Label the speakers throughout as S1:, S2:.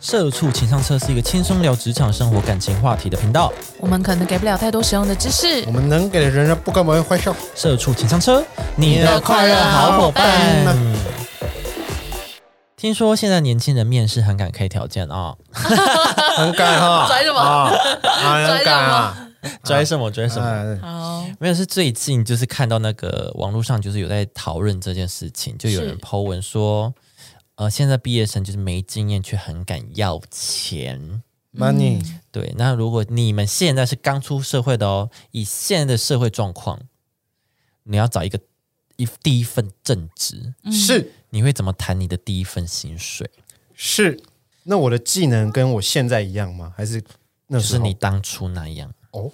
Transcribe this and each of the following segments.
S1: 社畜情商车是一个轻松聊职场、生活、感情话题的频道。
S2: 我们可能给不了太多实用的知识
S3: 我。们能给的人生不关我们坏笑。
S1: 社畜情商车，你的快乐好伙伴。听说现在年轻人面试很敢 K 条件啊、
S3: 很敢哈，
S2: 拽什么
S3: 啊 啊很敢啊！
S1: 追什么追什么？
S3: 哎
S2: 好，
S1: 没有，是最近就是看到那个网络上就是有在讨论这件事情，就有人
S2: 是
S1: po 文说，呃，现在毕业生就是没经验却很敢要钱。
S3: ，money
S1: 对，那如果你们现在是刚出社会的哦，以现在的社会状况，你要找一个一第一份正职，
S3: 是
S1: 你会怎么谈你的第一份薪水？
S3: 是。那我的技能跟我现在一样吗？还是那
S1: 就
S3: 时
S1: 是
S3: 候
S1: 你当初那样。
S3: 哦，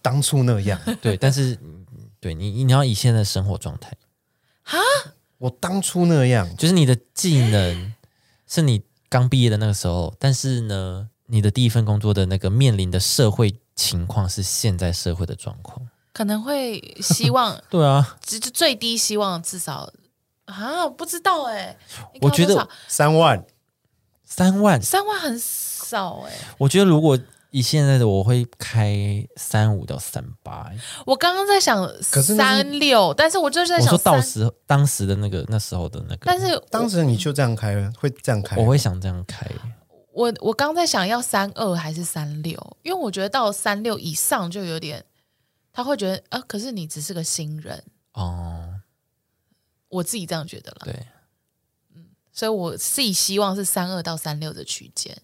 S3: 当初那样？
S1: 对， 但是嗯对你，你要以现在的生活状态，
S3: 我当初那样，
S1: 就是你的技 能是你刚毕业的那个时候，但是呢，你的第一份工作的那个面临的社会情况是现在社会的状况。
S2: 可能会希 望，
S1: 对啊，
S2: 只是最低希望至少啊，不知道哎、你看
S1: 我觉得
S2: 多少
S3: 三万
S1: 三万，
S2: 三万很少哎、
S1: 我觉得如果以现在的我会开三五到三八、欸
S2: 我刚刚在想
S3: 可是那是
S2: 三六，但是我就是在
S1: 我
S2: 想
S1: 说到
S2: 三，
S1: 时当时的那个那时候的那个，
S2: 但是我
S3: 当时你就这样开了，会这样开？
S1: 我会想这样开，
S2: 我我刚在想要三二还是三六，因为我觉得到三六以上就有点，他会觉得啊，可是你只是个新人，
S1: 哦，
S2: 我自己这样觉得啦，
S1: 对，
S2: 所以我自己希望是三二到三六的区间，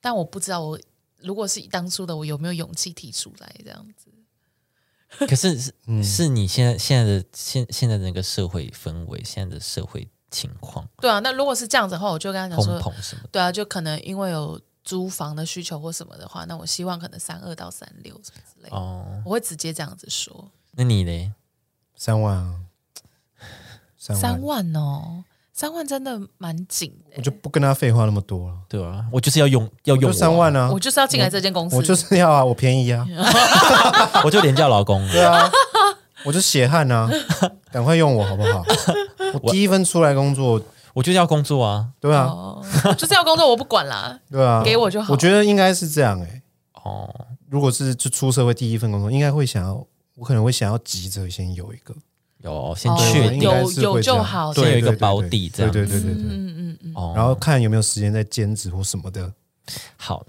S2: 但我不知道我如果是当初的我有没有勇气提出来这样子。
S1: 可是是、是你现在现在的现现在的那个社会氛围，现在的社会情况，
S2: 对啊，那如果是这样子的话，我就跟他讲
S1: 通
S2: 说，
S1: 膨什么的，
S2: 对啊，就可能因为有租房的需求或什么的话，那我希望可能三二到三六什么之类的，
S1: 哦，
S2: 我会直接这样子说。
S1: 那你嘞？
S3: 三万啊，三
S2: 三
S3: 万，
S2: 万哦，三万真的蛮紧的
S3: 我就不跟他废话那么多了，
S1: 对啊，我就是要用要用
S3: 我就
S1: 我
S3: 三万，啊
S2: 我，就是要进来这间公司，
S3: 我就是要啊，我便宜啊，
S1: 我就廉价劳工，
S3: 对 啊，我就血汗啊，赶快用我好不 好？我第一份出来工作，
S1: 我就是要工作啊，
S3: 对啊，
S2: 哦，我就是要工作，我不管啦。
S3: 对啊，
S2: 给我就好
S3: 我觉得应该是这样哎、
S1: 哦，
S3: 如果是就出社会第一份工作，应该会想要，我可能会想要急着先有一个，
S1: 有先
S2: 哦
S1: 确定
S3: 应该
S2: 有
S3: 是会这样
S2: 有就好
S3: 对
S1: 先有一
S3: 对
S1: 个
S3: 对
S1: 保
S3: 对
S1: 底这
S3: 对
S1: 样
S3: 对对对对对。
S2: 嗯嗯嗯，
S1: 哦，
S3: 然后看有没有时间在兼职或什么的，
S1: 好，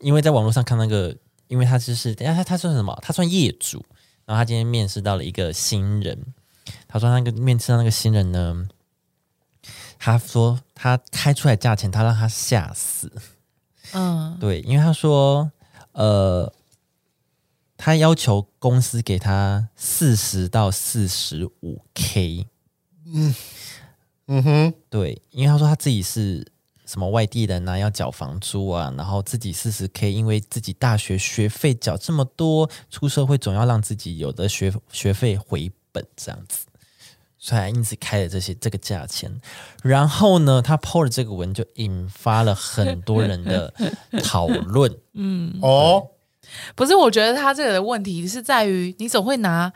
S1: 因为在网络上看那个，因为他就是，等一下他他算什么？他算业主。然后他今天面试到了一个新人，他说那个面试到那个新人呢，他说他开出来价钱，他让他吓死。
S2: 嗯，
S1: 对，因为他说，呃，他要求公司给他四十到四十五 K。
S3: 嗯哼，
S1: 对，因为他说他自己是什么外地人呐、要缴房租啊，然后自己四十 K，因为自己大学学费缴这么多，出社会总要让自己有的学学费回本这样子，所以他因此开了这些这个价钱。然后呢，他 PO 了这个文，就引发了很多人的讨 论。
S3: 哦，
S2: 不是，我觉得他这个的问题是在于，你总会拿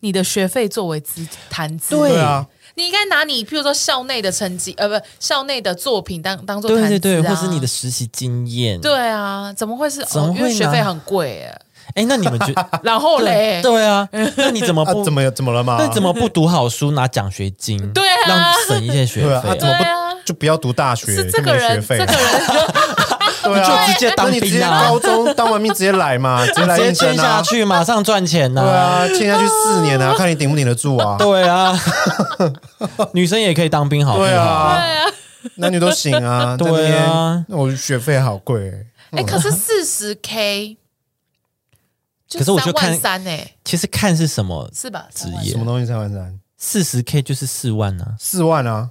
S2: 你的学费作为资谈资，
S1: 对
S3: 对啊，
S2: 你应该拿你，譬如说校内的成绩，呃，不，校内的作品当当做
S1: 对
S2: 谈资、
S1: 对
S2: 啊，
S1: 对，或是你的，实习经验。，
S2: 对啊，怎么会是？
S1: 怎么
S2: 哦、因为
S1: 会
S2: 学
S1: 拿
S2: 费很贵耶，
S1: 哎，那你们 觉得
S2: 然后嘞，
S1: 对啊，那你怎么
S3: 啊
S2: 哦
S1: 不？，
S3: 怎么怎么了嘛？
S1: 那你怎么不读好书拿奖学金？
S2: 对啊
S1: 让省一些学
S3: 对
S1: 费
S3: 啊？啊，怎么
S2: 对啊
S3: 不就不要读大学，
S2: 是
S3: 就
S2: 这个
S3: 没学
S2: 人，
S3: 费啊
S2: 这 个，人，
S3: 对啊，
S1: 就直接当
S3: 那你直
S1: 兵
S3: 接
S1: 啊
S3: 高中当完兵直接 来嘛，直接来
S1: 直接
S3: 应
S1: 签
S3: 征
S1: 下
S3: 啊，
S1: 去，马上赚钱
S3: 对
S1: 呐、
S3: 啊，签下去四年啊，看你顶不顶得住啊，
S1: 对啊， 女生也可以当兵，好不好？
S3: 对啊，
S2: 对啊，
S3: 男女都行啊，在那
S1: 对
S3: 边
S1: 啊，
S3: 那我学费好贵欸，
S1: 嗯
S2: 哎、可是四十 K，
S1: 可是我就
S2: 三
S1: 看
S2: 万三哎，
S1: 其实看是什么
S2: 是吧？
S1: 职
S2: 3万
S1: 业
S3: 什么东西三万三？
S1: 四十 K 就是四万呢、啊，
S3: 四万啊，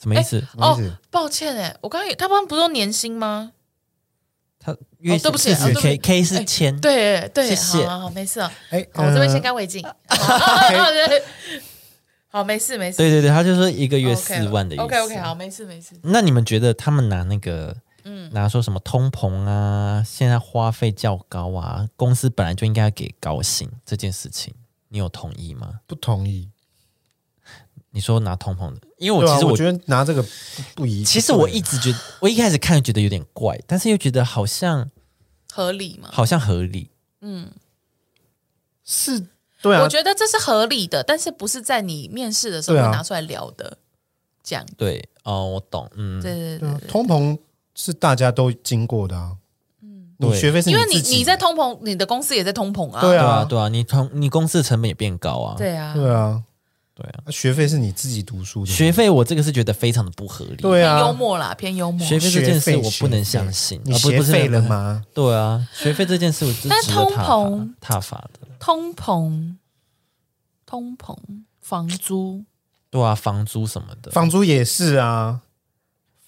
S1: 什么意思？
S3: 什么
S2: 哦
S3: 意思，
S2: 抱歉哎，我刚刚也他们不是说年薪吗？
S1: 他月
S2: 对不起
S1: 四十
S2: 哦对
S1: K
S2: 不
S1: K 是千，
S2: 对对，
S1: 谢谢
S2: 好好好，没事哦。
S3: 哎，
S2: 好，我这边
S3: 呃
S2: 先干为敬。好对 好，没事没事。
S1: 对对对，他就说一个月四万的意思。
S2: 哦 OK OK，好，没事没事。
S1: 那你们觉得他们拿那个，嗯，拿说什么通膨啊，现在花费较高啊，公司本来就应
S3: 呃
S1: 该给高薪这件事情，你有同意吗？
S3: 不同意。
S1: 你说拿通膨的，因为我
S3: 对
S1: 其
S3: 啊，
S1: 实我
S3: 我觉得拿这个不不一，
S1: 其实
S3: 不
S1: 我
S3: 对
S1: 一直觉得，我一开始看觉得有点怪，但是又觉得好像
S2: 合理吗？
S1: 好像合理。
S3: 是，对啊
S2: 我，觉得这是合理的，但是不是在你面试的时候
S3: 对
S2: 会
S3: 啊
S2: 拿出来聊的？这样，
S1: 对，哦，我懂，嗯，
S2: 对对
S3: 对
S2: 对
S3: 啊通膨是大家都经过的啊。你
S1: 对
S3: 学费是
S2: 嗯因为你
S3: 自己
S2: 你在通膨，你的公司也在通膨啊。
S3: 对
S1: 对
S3: 啊
S1: 啊，对啊，你同你公司的成本也变高啊，
S2: 对啊，
S3: 对啊，
S1: 对啊，
S3: 啊学费是你自己读书的，
S1: 学费我这个是觉得非常的不合理。
S3: 对
S2: 偏幽
S3: 啊，
S2: 默啦，偏幽默。
S1: 学费这件事
S3: 学费
S1: 我不能
S3: 学费
S1: 相信，
S3: 你
S1: 啊不
S3: 学
S1: 不是
S3: 费了
S1: 不是
S3: 吗？
S1: 对啊，学费这件事我是
S2: 但
S1: 值得
S2: 通
S1: 踏
S2: 膨
S1: 伐踏法的。
S2: 通膨，通膨，房租，
S1: 对啊，房租什么的，
S3: 房租也是啊，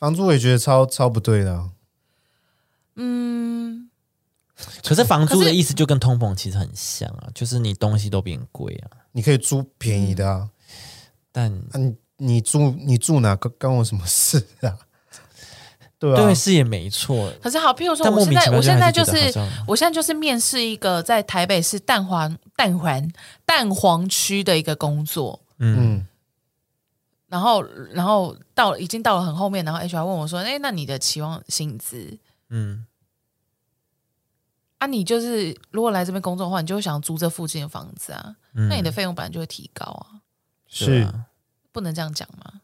S3: 房租我也觉得超超不对的啊。
S2: 嗯，
S1: 可是房
S2: 可
S1: 租
S2: 是
S1: 的意思就跟通膨其实很像啊，就是你东西都变贵啊，
S3: 你可以租便宜的啊，
S1: 但
S3: 啊你你住你住哪关关我什么事啊？对啊
S1: 对，是也没错。
S2: 可是好，譬如说，
S1: 但莫
S2: 我现
S1: 名
S2: 在
S1: 其
S2: 我
S1: 妙
S2: 现在就
S1: 还是觉
S2: 是
S1: 得好像
S2: 我现在就是面试一个在台北市蛋黄蛋黄蛋黄区的一个工作，
S1: 嗯，
S3: 嗯，
S2: 然后然后到了已经到了很后面，然后 HR 问我说：“哎，那你的期望薪资
S1: 嗯，
S2: 啊？你就是如果来这边工作的话，你就会想租这附近的房子啊，
S1: 嗯
S2: 那你的费用本来就会提高啊，
S1: 对
S3: 是
S1: 啊
S2: 不能这样讲吗？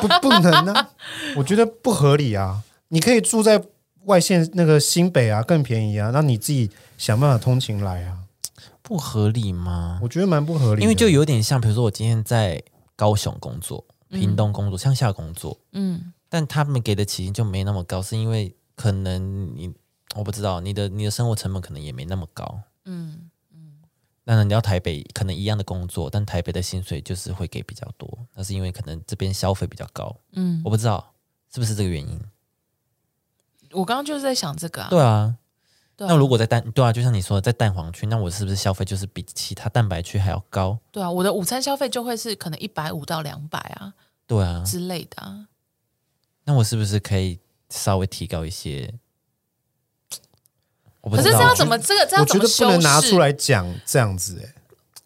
S3: 不不能啊，我觉得不合理啊。你可以住在外县那个新北啊，更便宜啊，让你自己想办法通勤来啊。
S1: 不合理吗？
S3: 我觉得蛮不合理的，
S1: 因为就有点像，比如说我今天在高雄工作、屏东工作、乡下工作，
S2: 嗯，
S1: 但他们给的起薪就没那么高，是因为可能你我不知道你的你的生活成本可能也没那么高。
S2: 嗯，
S1: 那你到台北可能一样的工作，但台北的薪水就是会给比较多，那是因为可能这边消费比较高，
S2: 嗯，
S1: 我不知道是不是这个原因。
S2: 我刚刚就是在想这个啊，
S1: 对啊，
S2: 对啊
S1: 那如果在蛋对啊，就像你说的，在蛋黄区，那我是不是消费就是比其他蛋白区还要高？
S2: 对啊，我的午餐消费就会是可能一百五到两百啊
S1: 对啊，
S2: 之类的啊，
S1: 那我是不是可以稍微提高一些？我不
S2: 可
S1: 知
S2: 是这
S1: 道
S2: 要怎么这个这要
S3: 我
S2: 怎
S3: 觉
S2: 么
S3: 得不
S2: 修
S3: 能拿
S2: 饰
S3: 出来讲这样子、欸，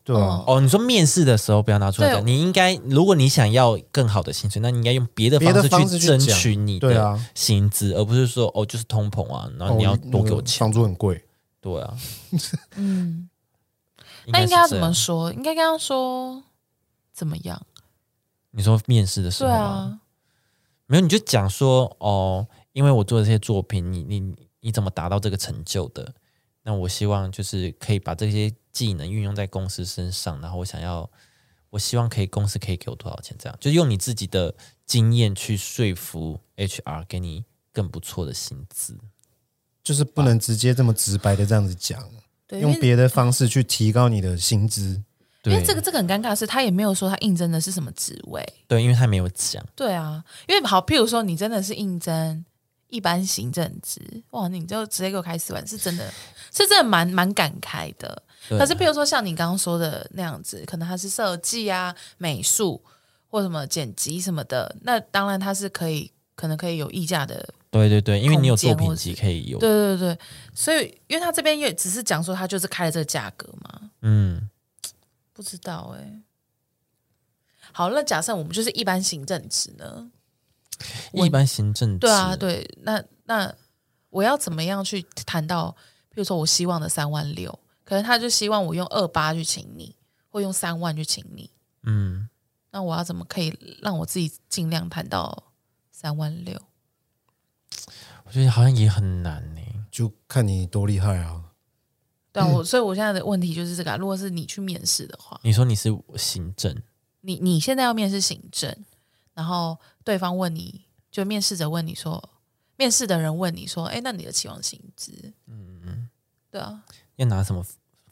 S3: 对吧、
S2: 嗯
S1: 哦，你说面试的时候不要拿出来
S2: 对
S1: 讲，你应该如果你想要更好的薪水，那你应该用别的
S3: 别的
S1: 方
S3: 方
S1: 式
S3: 式
S1: 去
S3: 去
S1: 争
S3: 讲
S1: 取你
S3: 对
S1: 的
S3: 啊
S1: 薪资，而不是说哦就是通膨啊，然后
S2: 哦
S1: 你要多给我钱。
S3: 哦房租很贵，
S1: 对啊，
S2: 嗯，
S1: 应
S2: 那应
S1: 是
S2: 该要
S1: 这
S2: 怎么
S1: 样？
S2: 说？应该跟他说怎么样？
S1: 你说面试的时
S2: 对
S1: 候吗？
S2: 啊，
S1: 没有，你就讲说哦，因为我做的这些作品，你你你怎么达到这个成就的？那我希望就是可以把这些技能运用在公司身上，然后我想要，我希望可以公司可以给我多少钱？这样就用你自己的经验去说服 HR 给你更不错的薪资。
S3: 就是不能直接这么直白的这样子讲，
S2: 对，因
S3: 用
S2: 为
S3: 别的方式去提高你的薪资。
S2: 因
S1: 对，
S2: 为这个这个很尴尬，是他也没有说他应征的是什么职位。
S1: 对，因为他没有讲，
S2: 对啊，因为好，譬如说你真的是应征一般行政职，哇，你就直接给我开四万，是真的，是真的蛮蛮感慨的。
S1: 对啊
S2: 可是，譬如说像你刚刚说的那样子，可能他是设计啊、美术或什么剪辑什么的，那当然他是可以，可能可以有议价的
S1: 对对对，因为你有
S2: 空间
S1: 作品
S2: 或
S1: 集可以有，
S2: 对对对，所以因为他这边也只是讲说他就是开了这个价格嘛，
S1: 嗯，
S2: 不知道哎、好，那假设我们就是一般行政职呢？我
S1: 一般行政
S2: 对啊，
S1: 职，
S2: 对，那那我要怎么样去谈到，比如说我希望的三万六，可能他就希望我用二八去请你，或用三万去请你，
S1: 嗯，
S2: 那我要怎么可以让我自己尽量谈到三万六？
S1: 我觉得好像也很难呢、
S3: 就看你多厉害啊！
S2: 对啊，我所以我现在的问题就是这个啊、如果是你去面试的话，
S1: 你说你是行政，
S2: 你你现在要面试行政，然后对方问你就面试者问你说，面试的人问你说，哎，那你的期望薪资？嗯，对啊，
S1: 要拿什么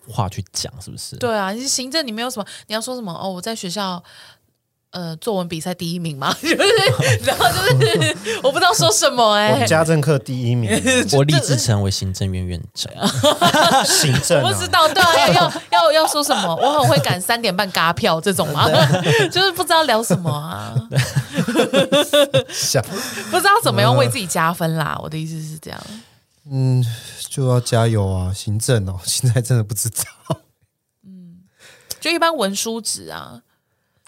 S1: 话去讲，是不是？
S2: 对啊，你行政你没有什么，你要说什么？哦，我在学校。呃，作文比赛第一名嘛， 就是，然后就是，我不知道说什么哎、
S3: 我家政课第一 名，
S1: 我立志成为行政院院长。
S2: 啊
S3: 行政、
S2: 我
S3: 啊，
S2: 不知道，对啊，要要要说什么？我很会赶三点半嘎票这种嘛，啊 就是不知道聊什么啊，
S3: 想
S2: 不知道怎么样为自己加分啦。我的意思是这样，
S3: 嗯，就要加油啊！行政哦， 现在真的不知道。
S2: 就一般文书职啊，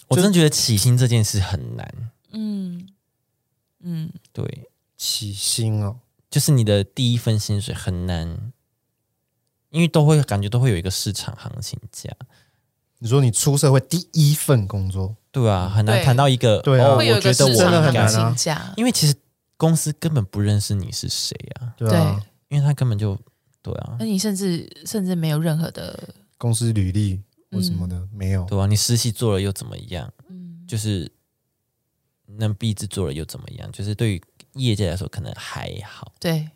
S1: 我真的觉得起薪这件事很难。
S2: 嗯嗯，
S1: 对，
S3: 起薪哦，
S1: 就是你的第一份薪水很难，因为都会感觉都会有一个市场行情价，
S3: 你说你出社会第一份工作，
S1: 对啊，很难
S2: 嗯对
S1: 谈到一个
S3: 对啊
S1: 哦，
S2: 会有
S1: 我
S2: 一个
S1: 觉得
S2: 市
S1: 我
S3: 真的
S2: 场
S3: 很
S1: 应该
S3: 难
S2: 行
S1: 是，
S3: 啊
S2: 情价，
S1: 因为其实公司根本不认识你是谁啊，
S3: 对啊，
S2: 对
S1: 因为他根本就对啊
S2: 那，你甚至甚至没有任何的，
S3: 公司履历或什么的没有，
S1: 对啊，你实习做了又怎么样？
S2: 嗯，
S1: 就是那壁纸做了又怎么样？就是对于业界来说可能还好，
S2: 对。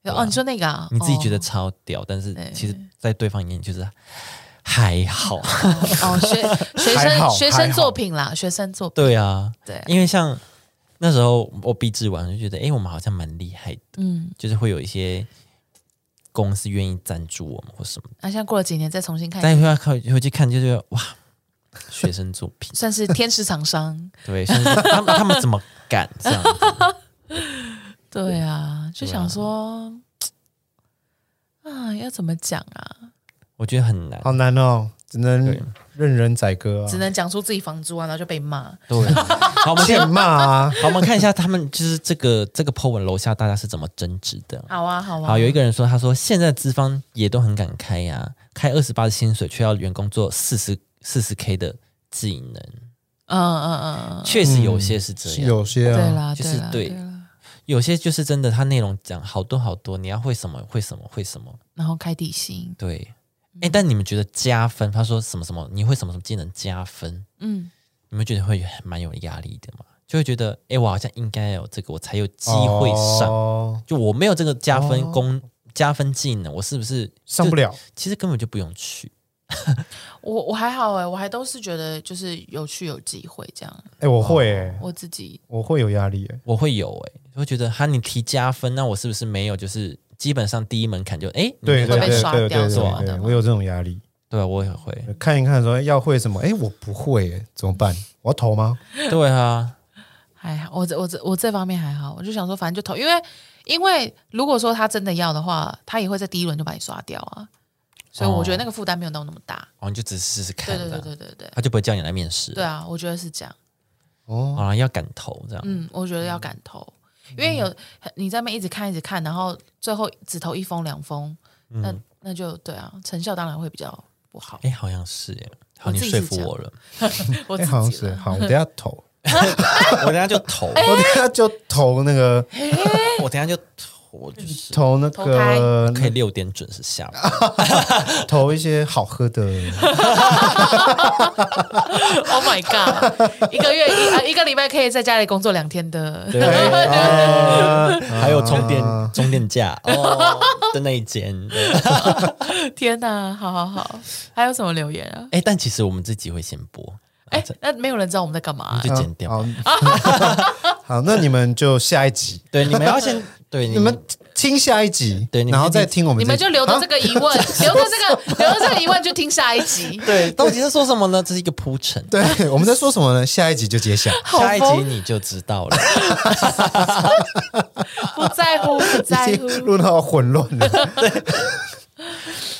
S1: 对啊
S2: 哦，你说那个啊？
S1: 你自己
S2: 哦
S1: 觉得超屌，但是
S2: 对
S1: 其实，在对方眼里就是还好。
S2: 哦，学学
S3: 还
S2: 生
S3: 好
S2: 学
S3: 还
S2: 生
S3: 好
S2: 作品啦，学生作品，
S1: 对啊，
S2: 对啊，
S1: 因为像那时候我壁纸完，我就觉得哎、诶我们好像蛮厉害的，
S2: 嗯，
S1: 就是会有一些公司愿意赞助我们或什么的，
S2: 那现在过了几年再重新看，，
S1: 但会看回去看就觉得哇，学生作品
S2: 算是天使 厂商。
S1: 对，甚至他们他们怎么敢这样子？
S2: 对啊，就
S1: 对啊
S2: 想说，啊，要怎么讲啊？
S1: 我觉得很难，
S3: 好难哦，只能
S1: 对
S3: 任人宰割啊
S2: 只，能讲出自己房租啊，然后就被骂。
S1: 对啊。好，我们先
S3: 欠骂啊，
S1: 好，我们看一下他们就是这个这个 po 文楼下大家是怎么争执的。
S2: 好啊，好啊，
S1: 好，有一个人说，他说现在资方也都很敢开呀、开二十八的薪水，却要员工做四十四十 K 的技能，
S2: 嗯，嗯嗯嗯，
S1: 确实有些是这
S3: 是
S1: 样，
S3: 有些
S2: 对
S3: 啊，
S2: 啦，
S1: 就是
S2: 对啦，
S1: 对
S2: 对啦，
S1: 有些就是真的，他内容讲好多好多，你要会什么会什么会什么，
S2: 然后开底薪，
S1: 对。哎，但你们觉得加分？他说什么什么，你会什么什么技能加分？
S2: 嗯，
S1: 你们觉得会蛮有压力的吗？就会觉得，哎，我好像应该有这个，我才有机会上。
S3: 哦
S1: 就我没有这个加分
S3: 哦
S1: 功、加分技能，我是不是
S3: 上不
S1: 了？
S3: 了，
S1: 其实根本就不用去。
S2: 我我还好哎，我还都是觉得就是有去有机会这样，
S3: 哎，我会哎，
S2: 我自己
S3: 我会有压力哎，
S1: 我会有哎、欸，会觉得哈，你提加分，那我是不是没有？就是基本上第一门槛就哎、你
S3: 对
S1: 没有加
S3: 对
S2: 会
S3: 对
S2: 被
S3: 对
S2: 刷
S3: 对
S2: 掉
S3: 对
S1: 是吧
S3: 对对，我有这种压力，
S1: 对，我也会，
S3: 看一看说要会什么，哎，我不会哎，怎么办？我要投吗？
S1: 对啊，
S2: 还好，我这我这我这方面还好，我就想说反正就投，因为因为如果说他真的要的话，他也会在第一轮就把你刷掉啊，所以我觉得那个负担没有到那么大。
S1: 哦，你就只是试试看
S2: 对
S1: 这
S2: 对
S1: 样，
S2: 对对对对。
S1: 他就不会叫你来面试。
S2: 对啊，我觉得是这样。
S3: 哦，
S1: 啊，要敢投这样，
S2: 嗯，我觉得要敢投，因为有你在那边一直看一直看，然后最后只投一封两封，
S3: 嗯
S2: 那那就对啊，成效当然会比较不好。
S1: 哎、好像是哎、好，
S2: 我
S1: 你
S2: 自己
S1: 说
S2: 是
S1: 服
S2: 这样
S1: 我了，
S2: 我自
S3: 哎，好像
S2: 己
S3: 是，
S2: 了，
S3: 好，我等一下投，
S1: 我等一下就投，
S2: 哎
S3: 我等一下就投 那个
S1: 我等一下就投，就是
S3: 投那
S2: 投胎
S3: 个
S1: 可以六点准时下 班。
S3: 投一些好喝的，
S2: Oh my god！一个月一啊一个礼拜可以在家里工作两天的，
S1: 对，
S3: 啊
S1: 还有充电充电 架哦的那一间。对
S2: 天哪，好好好，还有什么留言啊？
S1: 哎，但其实我们自己会先播，
S2: 哎，那没有人知道我们在干嘛、啊
S3: 啊
S1: 就剪掉。
S3: 好， 好，那你们就下一集，
S1: 对，你们要先对
S3: 你们听下一集，
S1: 对你们
S3: 然后再听我们
S2: 你
S3: 这，
S2: 们就留着这
S3: 啊
S2: 个疑问，留着这个 留着这个疑问，就听下一集。
S1: 对，到底在说什么呢？这是一个铺陈，
S3: 对，我们在说什么呢？下一集就揭晓。
S1: 下一
S2: 好
S1: 集
S2: 疯
S1: 你就知道了。
S2: 不在乎，不 在
S3: 已
S2: 乎。
S3: 经录到混乱了，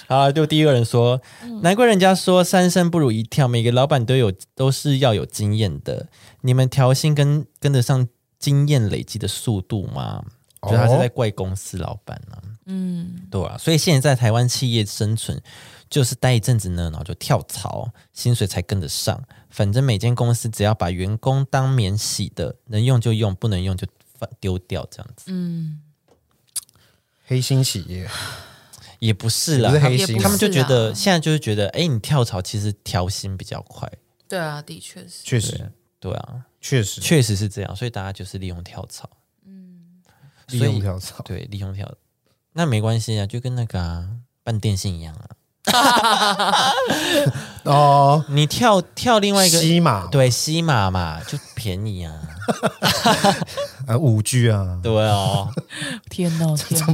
S1: 好，就第一个人说，
S2: 嗯
S1: 难怪人家说三生不如一跳，每个老板都有都是要有经验的。你们调薪跟跟得上经验累积的速度吗？
S3: 哦
S1: 觉得他是在怪公司老板呢、
S2: 嗯，
S1: 对啊，所以现在台湾企业生存就是待一阵子呢，然后就跳槽，薪水才跟得上。反正每间公司只要把员工当免洗的，能用就用，不能用就放丢掉，这样子
S3: 黑心企业，
S1: 也不是啦。
S3: 也不是
S1: 他
S3: 黑
S1: 们
S2: 也
S3: 心
S2: 不
S1: 他们就是觉得
S2: 啊
S1: 现在就是觉得，哎、你跳槽其实调薪比较快，
S2: 对啊，的确是。
S3: 确实，
S1: 对啊，
S3: 确实，
S1: 确实是这样，所以大家就是利用跳槽，
S3: 利
S1: 所以
S3: 用跳槽，
S1: 对，利用跳，那没关系啊，就跟那个、啊、办电信一样啊，
S3: 哦，
S1: 你跳跳另外一个。
S3: 西马，
S1: 对，西马嘛就便宜啊，
S3: 呃，五 G 啊，
S1: 对哦，
S2: 天哪，天哪！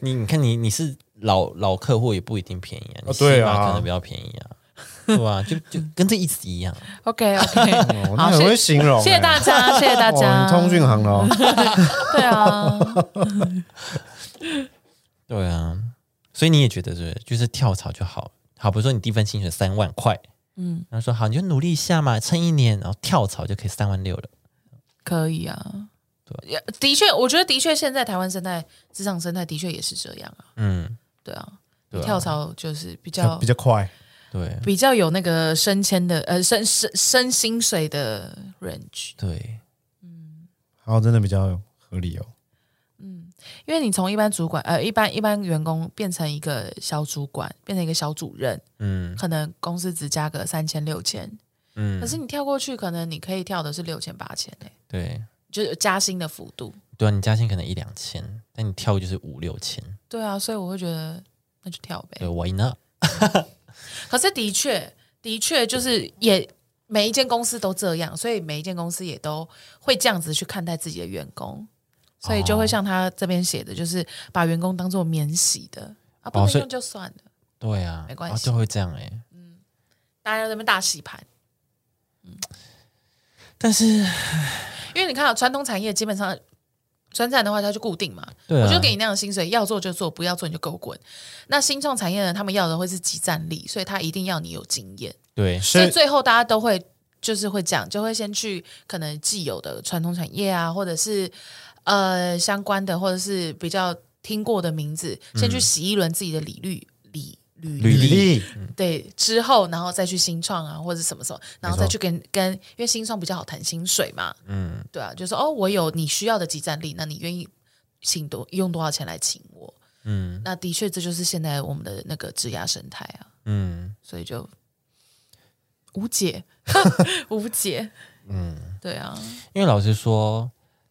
S1: 你你看你你是老老客户也不一定便宜啊，你
S3: 哦对
S1: 西
S3: 啊
S1: 马可能比较便宜啊，对吧、就就跟这意思一样，啊
S2: OK OK，
S3: 哦，
S2: 好
S3: 那很
S2: 谢
S3: 会形容欸，
S2: 谢谢大家，谢谢大
S3: 哦
S2: 家。
S3: 你通讯行了哦，
S2: 对啊，
S1: 对啊，所以你也觉得对不对，就是跳槽就好，好，比如说你第一份薪水三万块，
S2: 嗯，
S1: 然后说好，你就努力一下嘛，撑一年，然后跳槽就可以三万六了。
S2: 可以啊。也的确，我觉得的确，现在台湾生态、职场生态的确也是这样啊。
S1: 嗯，
S2: 对啊，
S1: 对啊
S2: 跳槽就是比较
S3: 比较快。
S1: 对
S2: 比较有那个升迁的呃升升升薪水的 range，
S1: 对，
S3: 然后真的比较合理哦。
S2: 因为你从一般主管呃一般一般员工变成一个小主管，变成一个小主任，
S1: 嗯
S2: 可能公司只加个三千六千，
S1: 嗯，
S2: 可是你跳过去，可能你可以跳的是六千八千哎，
S1: 对
S2: 就是加薪的幅度。
S1: 对啊，你加薪可能一两千，但你跳就是五六千，
S2: 对啊，所以我会觉得那就跳
S1: 对
S2: 呗。
S1: ，Why not？
S2: 可是的确，的确就是也每一间公司都这样，所以每一间公司也都会这样子去看待自己的员工，所以就会像他这边写的，就是把员工当做免洗的啊，不
S1: 哦
S2: 能
S1: 所以
S2: 用就算了，
S1: 对啊，
S2: 没关
S1: 啊
S2: 系
S1: 就会这样哎、
S2: 大家在那边大洗盘。
S1: 但是
S2: 因为你看到传统产业基本上。传产的话，它就固定嘛，
S1: 对啊，
S2: 我就给你那样的薪水，要做就做，不要做你就给我滚。那新创产业呢，他们要的会是集战力，所以他一定要你有经验。
S1: 对
S2: 所以
S3: 是
S2: 最后大家都会就是会讲，就会先去可能既有的传统产业啊，或者是呃相关的，或者是比较听过的名字，先去洗一轮自己的理律理履
S1: 履历
S3: 历
S2: 对之后，然后再去新创啊，或者什么什么，然后再去跟跟，因为新创比较好谈薪水嘛，
S1: 嗯
S2: 对啊，就说哦，我有你需要的集战力，那你愿意请多用多少钱来请我？
S1: 嗯
S2: 那的确，这就是现在我们的那个质押生态啊，
S1: 嗯，
S2: 所以就无解， 无解。嗯，对啊，
S1: 因为老实说，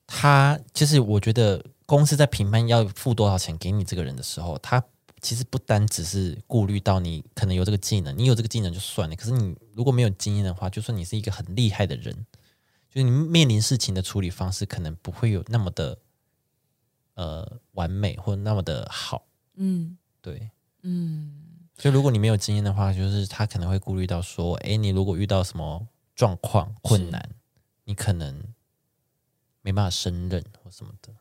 S1: 他就是我觉得公司在评判要付多少钱给你这个人的时候，他其实不单只是顾虑到你可能有这个技能，你有这个技能就算了，可是你如果没有经验的话，就算你是一个很厉害的人，就是你面临事情的处理方式可能不会有那么的呃完美或那么的好，
S2: 嗯
S1: 对。
S2: 嗯，
S1: 所以如果你没有经验的话，就是他可能会顾虑到说，诶，你如果遇到什么状况困难，你可能没办法胜任或什么的。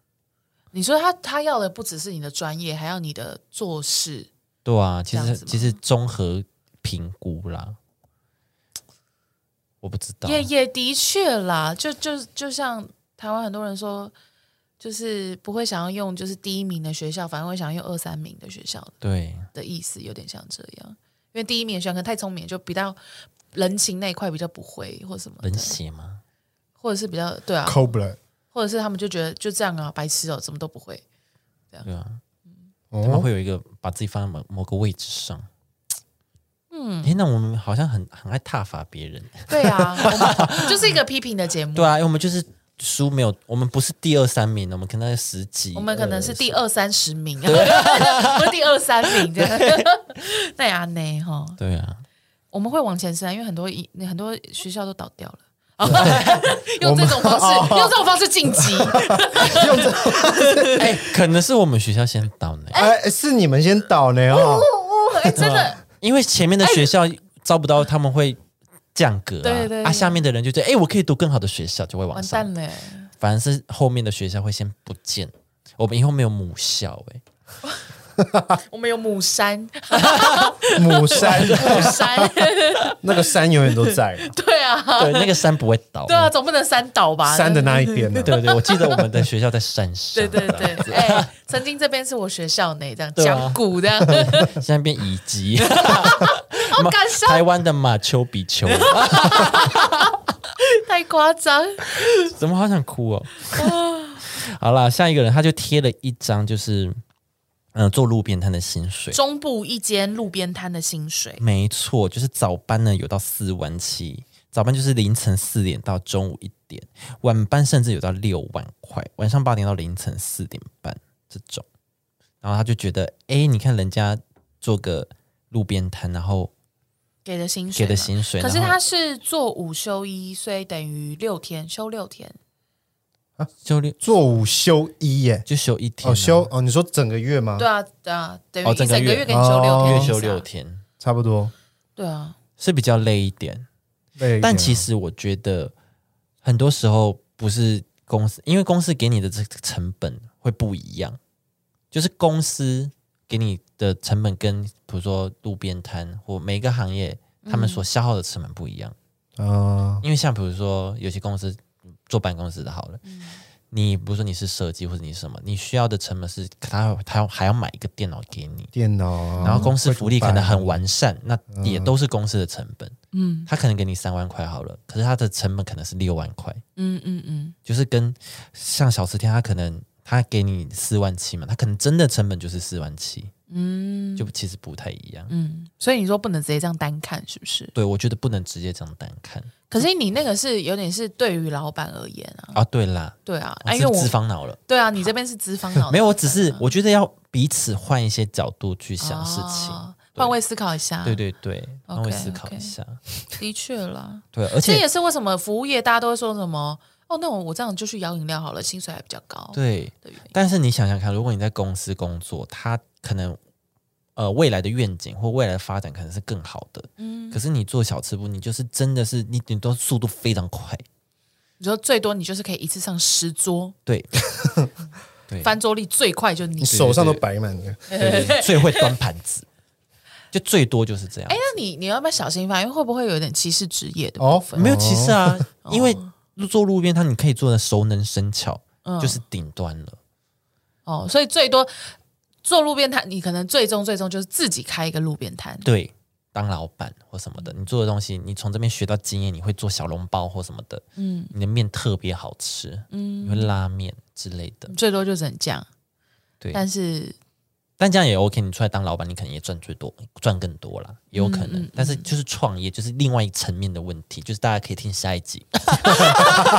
S2: 你说他他要的不只是你的专业，还要你的做事。
S1: 对啊，其
S2: 这样
S1: 实
S2: 子吗
S1: 其实综合评估啦，我不知道。
S2: 也也的确啦，就就就像台湾很多人说，就是不会想要用就是第一名的学校，反而会想要用二三名的学校
S1: 对
S2: 的意思，有点像这样。因为第一名的学校可能太聪明，就比较人情那一块比较不会，或什么的
S1: 冷，血吗？
S2: 或者是比较对啊，
S3: cold blood
S2: 或者是他们就觉得就这样啊，白痴哦，怎么都不会。
S1: 对啊，他们
S3: 哦，
S1: 会有一个把自己放在某某个位置上。嗯，诶，那我们好像很很爱挞伐别人。
S2: 对啊，我们就是一个批评的节目。
S1: 对啊，因为我们就是书没有，我们不是第二三名，我们可能在十几，
S2: 我们可能是
S1: 20
S2: 第二三十名， 不是第二三名这样。 那也呢哈，
S1: 对啊，
S2: 我们会往前升啊，因为很多一很多学校都倒掉了。 用这种方式，用这种方式晋级，
S1: 哎、可能是我们学校先倒呢，
S3: 哎，是你们先倒呢哦，
S2: 哎，真的，
S1: 因为前面的学校招不到，他们会降格啊，
S2: 对对对
S1: 啊，下面的人就觉得，哎、我可以读更好的学校，就会往
S2: 完
S1: 上，
S2: 蛋了。
S1: 反而是后面的学校会先不见，我们以后没有母校、哎，
S2: 我们有母山，
S3: 母山
S2: 母山，
S3: 那个山永远都在
S2: 对啊，
S1: 对，那个山不会倒，
S2: 对啊，总不能山倒吧？
S3: 山的那一边呢。
S1: 对对，我记得我们的学校在山上，
S2: 对对对，哎，曾经这边是我学校呢，这样
S1: 对啊
S2: 讲古这样，
S1: 现在变乙级，
S2: 好感伤，
S1: 台湾的马丘比 丘，
S2: 太夸张。
S1: 怎么好想哭哦？
S2: 啊
S1: 好啦，下一个人他就贴了一张，就是嗯、呃做路边摊的薪水，
S2: 中部一间路边摊的薪水，
S1: 没错，就是早班呢有到四万七，早班就是凌晨四点到中午一点，晚班甚至有到六万块，晚上八点到凌晨四点半这种。然后他就觉得，哎，你看人家做个路边摊，然后
S2: 给的薪水
S1: 给
S2: 嘛，
S1: 的薪水，
S2: 可是
S1: 然后
S2: 他是做五休一，所以等于六天休六天，
S1: 就六
S3: 做五休一耶，
S1: 就休一天啊、
S3: 哦休哦，你说整个月吗
S2: 对？啊对啊，等于
S1: 哦
S2: 一整
S1: 整个月
S2: 给你休六
S3: 哦
S2: 天，
S1: 月
S2: 是啊
S1: 休六，天
S3: 差不多。
S2: 对啊，
S1: 是比较累一点，
S3: 累一点
S1: 但其实我觉得很多时候不是公司，因为公司给你的这个成本会不一样，就是公司给你的成本跟比如说路边摊或每个行业他们所消耗的成本不一样。
S3: 啊，
S1: 因为像比如说有些公司做办公室的好了，你比如说你是设计或者你是什么，你需要的成本是他他还要买一个电脑给你。
S3: 电脑啊，
S1: 然后公司
S3: 会怎么
S1: 福利可能
S3: 办嗯
S1: 很完善，那也都是公司的成本。
S2: 嗯
S1: 他可能给你三万块好了，可是他的成本可能是六万块，
S2: 嗯嗯嗯，
S1: 就是跟像小吃店，他可能他给你四万七嘛，他可能真的成本就是四万七，嗯，就其实不太一样。
S2: 嗯，所以你说不能直接这样单看，是不是？
S1: 对，我觉得不能直接这样单看
S2: 可是你那个是有点是对于老板而言啊，
S1: 啊。对啦，
S2: 对啊，
S1: 我
S2: 啊因
S1: 是
S2: 为我
S1: 脂肪脑了，
S2: 对啊，你这边是资 方脑的部分啊，
S1: 没有，我只是我觉得要彼此换一些角度去想事情，
S2: 哦换位思考一下，
S1: 对对对，
S2: OK，
S1: 让我思考
S2: OK
S1: 一下。
S2: 的确 啦，
S1: 对，而
S2: 这
S1: 且
S2: 也是为什么服务业大家都会说什么哦，那我我这样就去摇饮料好了，薪水还比较高
S1: 对，
S2: 的原因。
S1: 但是你想想看，如果你在公司工作，它可能呃未来的愿景或未来的发展可能是更好的。
S2: 嗯
S1: 可是你做小吃部，你就是真的是你你都速度非常快，
S2: 你说最多你就是可以一次上十桌，
S1: 对对
S2: 翻桌率最快就你
S3: 你。手上都摆满了，
S1: 对对对最会端盘子，就最多就是这样
S2: 哎，。那你你要不要小心发？因为会不会有点歧视职业的部
S3: 哦
S2: 分？
S1: 没有歧视啊，因为做路边摊你可以做的熟能生巧，
S2: 嗯
S1: 就是顶端了。
S2: 哦，所以最多做路边摊，你可能最终最终就是自己开一个路边摊。
S1: 对，当老板或什么的，你做的东西，你从这边学到经验，你会做小笼包或什么的，
S2: 嗯
S1: 你的面特别好吃，你会
S2: 嗯，
S1: 拉面之类的。
S2: 最多就只能这样。
S1: 对
S2: 但是
S1: 但这样也 OK，你出来当老板，你可能也赚最多，赚更多啦，也有可能。
S2: 嗯嗯
S1: 但是就是创业，就是另外一层面的问题，就是大家可以听下一 集。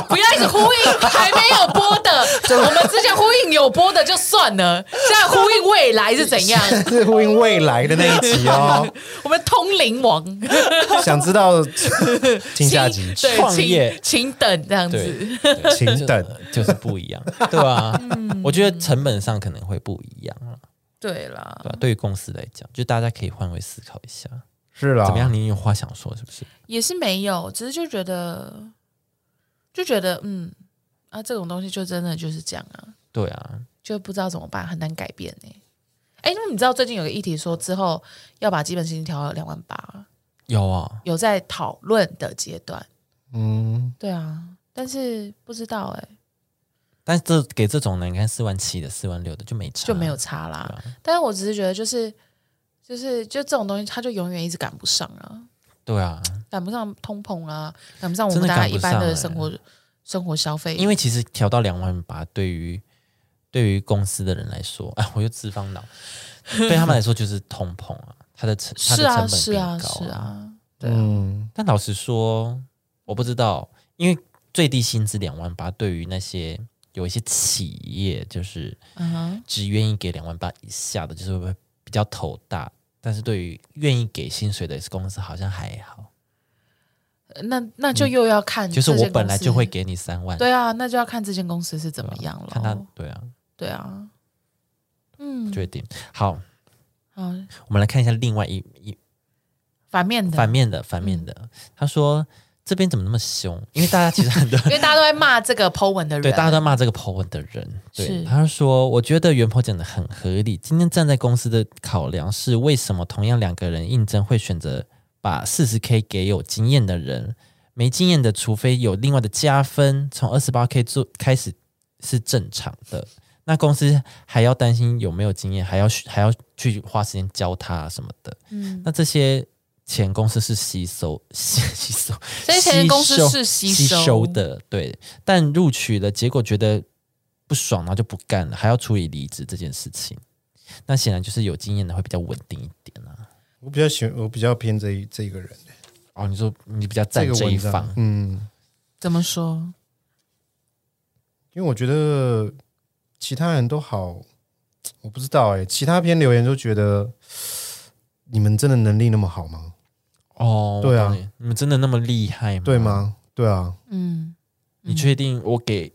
S2: 不要一直呼应还没有播的，我们之前呼应有播的就算了，现在呼应未来是怎样？
S3: 是呼应未来的那一集哦。
S2: 我们通灵王，
S3: 想知道，听下集，
S2: 请 对，
S1: 创
S2: 请
S1: 业
S2: 请等这样子。
S1: 对，
S3: 请
S1: 就
S3: 等。
S1: 就是不一样，对吧、
S2: 嗯
S1: 我觉得成本上可能会不一样啦，
S2: 对啦
S1: 对，吧、对于公司来讲，就大家可以换位思考一下，
S3: 是啦，
S1: 怎么样？你有话想说是不是？
S2: 也是没有，只是就觉得，就觉得嗯啊，这种东西就真的就是这样啊，
S1: 对啊，
S2: 就不知道怎么办，很难改变呢、哎，那你知道最近有个议题说之后要把基本薪金调到两万八，
S1: 有啊，
S2: 有在讨论的阶段。
S3: 嗯，
S2: 对啊，但是不知道哎、
S1: 但是这给这种人，你看四万七的、四万六的就没差，
S2: 就没有差啦。
S1: 对啊
S2: 但是我只是觉得就是就是就这种东西，它就永远一直赶不上啊，
S1: 对啊，
S2: 赶不上通膨啊，赶不上我
S1: 真
S2: 们
S1: 的
S2: 大家
S1: 赶不
S2: 一般
S1: 上欸
S2: 的生活、生活消费。
S1: 因为其实调到两万八，对于对于公司的人来说，哎，我又脂肪脑，对他们来说就是通膨啊，它的成它
S2: 是
S1: 的
S2: 啊
S1: 成本
S2: 是
S1: 变
S2: 啊
S1: 高、
S2: 是。啊，对啊，
S3: 嗯，
S1: 但老实说，我不知道，因为最低薪资两万八，对于那些有一些企业就是
S2: 嗯哼，
S1: 只愿意给两万八以下的，就是会比较头大。但是对于愿意给薪水的公司，好像还好，
S2: 那那就又要看
S1: 嗯就是
S2: 嗯这间
S1: 我
S2: 公
S1: 本来
S2: 司
S1: 就会给你三万，
S2: 对啊，那就要看这间公司是怎么样
S1: 看他
S2: 了。
S1: 对啊
S2: 对啊，嗯，
S1: 决定好。
S2: 好，
S1: 我们来看一下另外一一
S2: 反面的，
S1: 反面的反面
S2: 嗯
S1: 的，他说这边怎么那么凶？因为大家其实 很多
S2: 因为大家都在骂这个 Po 文的人，
S1: 对大家都骂这个 po 文的人，对
S2: 是
S1: 他就说，我觉得袁婆讲的很合理。今天站在公司的考量是，为什么同样两个人应征会选择把四十 k 给有经验的人，没经验的，除非有另外的加分，从二十八 k 做开始是正常的。那公司还要担心有没有经验，还要还要去花时间教他啊什么的。
S2: 嗯，
S1: 那这些钱公司是吸收 吸吸收，
S2: 这些钱公司是吸
S1: 吸
S2: 收
S1: 的，对。但录取了，结果觉得不爽，然后就不干了，还要处理离职这件事情。那显然就是有经验的会比较稳定一点啊。
S3: 我比较喜，我比较偏这一这一个人，
S1: 哦，你说你比较
S3: 这
S1: 站
S3: 个
S1: 这一
S3: 文章
S1: 方，，
S3: 嗯。
S2: 怎么说？
S3: 因为我觉得其他人都好，我不知道哎、其他篇留言都觉得你们真的能力那么好吗？
S1: 哦，
S3: 对啊
S1: 我懂你，你们真的那么厉害吗？
S3: 对？吗？对啊，
S2: 嗯，
S1: 你确定我给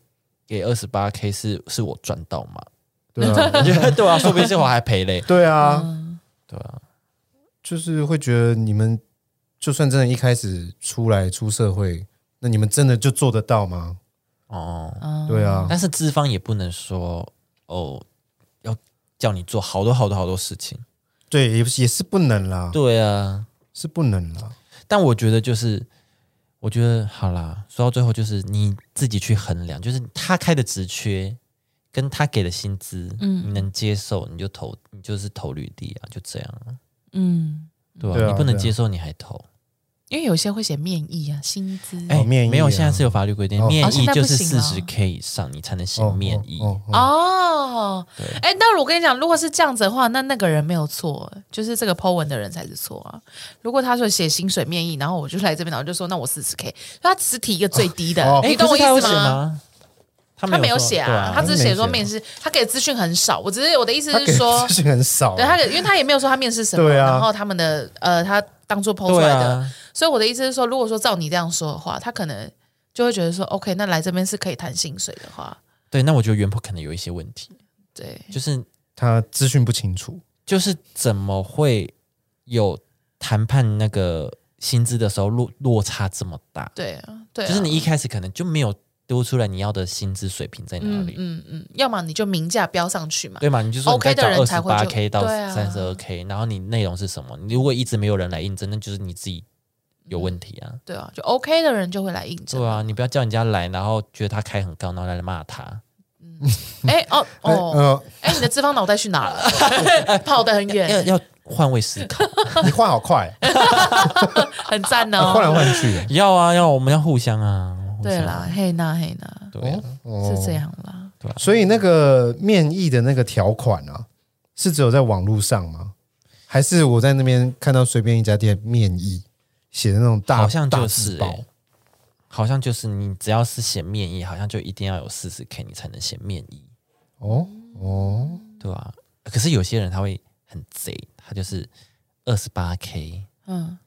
S1: 给二十八 k 是是我赚到吗？
S3: 对啊，
S1: 对 啊，说不定这会儿还赔嘞。
S3: 对啊，
S2: 嗯
S1: 对啊，
S3: 就是会觉得你们就算真的一开始出来出社会，那你们真的就做得到吗？
S1: 哦，
S2: 嗯
S3: 对啊，
S1: 但是资方也不能说哦，要叫你做好多好多好多事情。
S3: 对，也也是不能啦，
S1: 对啊，
S3: 是不能啦。
S1: 但我觉得就是，我觉得好啦，说到最后就是你自己去衡量，就是他开的职缺跟他给的薪资，
S2: 嗯
S1: 你能接受你就投，你就是投履历啊，就这样啊，
S2: 嗯，
S1: 对吧、
S3: 对啊
S1: 你不能
S3: 对啊
S1: 接受你还投，
S2: 因为有些会写面议啊，薪资，
S1: 哎、
S3: 哦面议
S1: 没有，
S3: 啊
S1: 现在是有法律规定，
S3: 哦
S1: 面
S2: 哦
S1: 议
S2: 现在
S1: 就
S2: 不
S1: 是
S2: 行
S1: 四
S2: 了
S1: 十 K 以上你才能写
S3: 哦
S1: 面议。
S3: 哦哦哦
S2: 哦
S1: 对，
S2: 哎，那我跟你讲，如果是这样子的话，那那个人没有错，就是这个 Po 文的人才是错啊。如果他说写薪水面议，然后我就来这边，然后就说那我四十 K，他只提一个最低的，
S3: 哦
S1: 哎
S2: 你懂
S1: 可
S2: 我
S1: 是
S2: 意
S1: 他有
S2: 思
S1: 写？吗？他
S2: 他没有
S1: 说
S2: 写
S1: 对
S2: 啊，他只是写说
S3: 他没
S2: 面
S3: 写
S2: 试，他给的资讯很少。我只是我的意思
S3: 他给
S2: 是说
S3: 的资，讯很少，啊
S2: 对他给，因为他也没有说他面试什么，
S3: 对啊
S2: 然后他们的呃，他当做 PO 出
S1: 对
S2: 来的，
S1: 啊，
S2: 所以我的意思是说，如果说照你这样说的话，他可能就会觉得说，OK，那来这边是可以谈薪水的话，
S1: 对，那我觉得原 po 可能有一些问题，
S2: 对，
S1: 就是
S3: 他资讯不清楚，
S1: 就是怎么会有谈判那个薪资的时候落落差这么大？
S2: 对啊，对啊
S1: 就是你一开始可能就没有丢出来你要的薪资水平在哪里，
S2: 嗯嗯，要么你就明价标上去嘛，
S1: 对嘛？你就说你在
S2: OK
S1: 找
S2: 的人
S1: 二
S2: 才
S1: 十
S2: 会
S1: 八
S2: 就
S1: k 到
S2: 对啊
S1: 三十二 k，然后你内容是什么？你如果一直没有人来应征，那就是你自己有问题啊。
S2: 对啊，就 OK 的人就会来应征
S1: 对。啊，你不要叫人家来，然后觉得他开很高，然后来骂他。
S2: 哎哦
S3: 哎
S2: 哦，
S3: 呃，
S2: 哎，你的脂肪脑袋去哪了？跑得很
S1: 要
S2: 远，
S1: 要换位思考，
S3: 呃你换好快，啊
S2: 哦很赞
S3: 换哎来
S2: 哦。
S3: 换 去，
S1: 要啊要，我们要互相啊。互
S2: 对
S1: 相
S2: 啦，，嘿娜嘿娜
S1: 对啊
S3: 哦
S2: 是这样啦，
S3: 所以那个面议的那个条款啊，是只有在网络上吗？还是我在那边看到随便一家店面议写的那种大，
S1: 好像就
S3: 大
S1: 是
S3: 字
S1: 欸、
S3: 报，
S1: 好像就是你只要是写面议，好像就一定要有四十 K 你才能写面议，
S3: 哦哦，
S1: 对吧、啊可是有些人他会很贼，他就是二十八 K
S2: 嗯，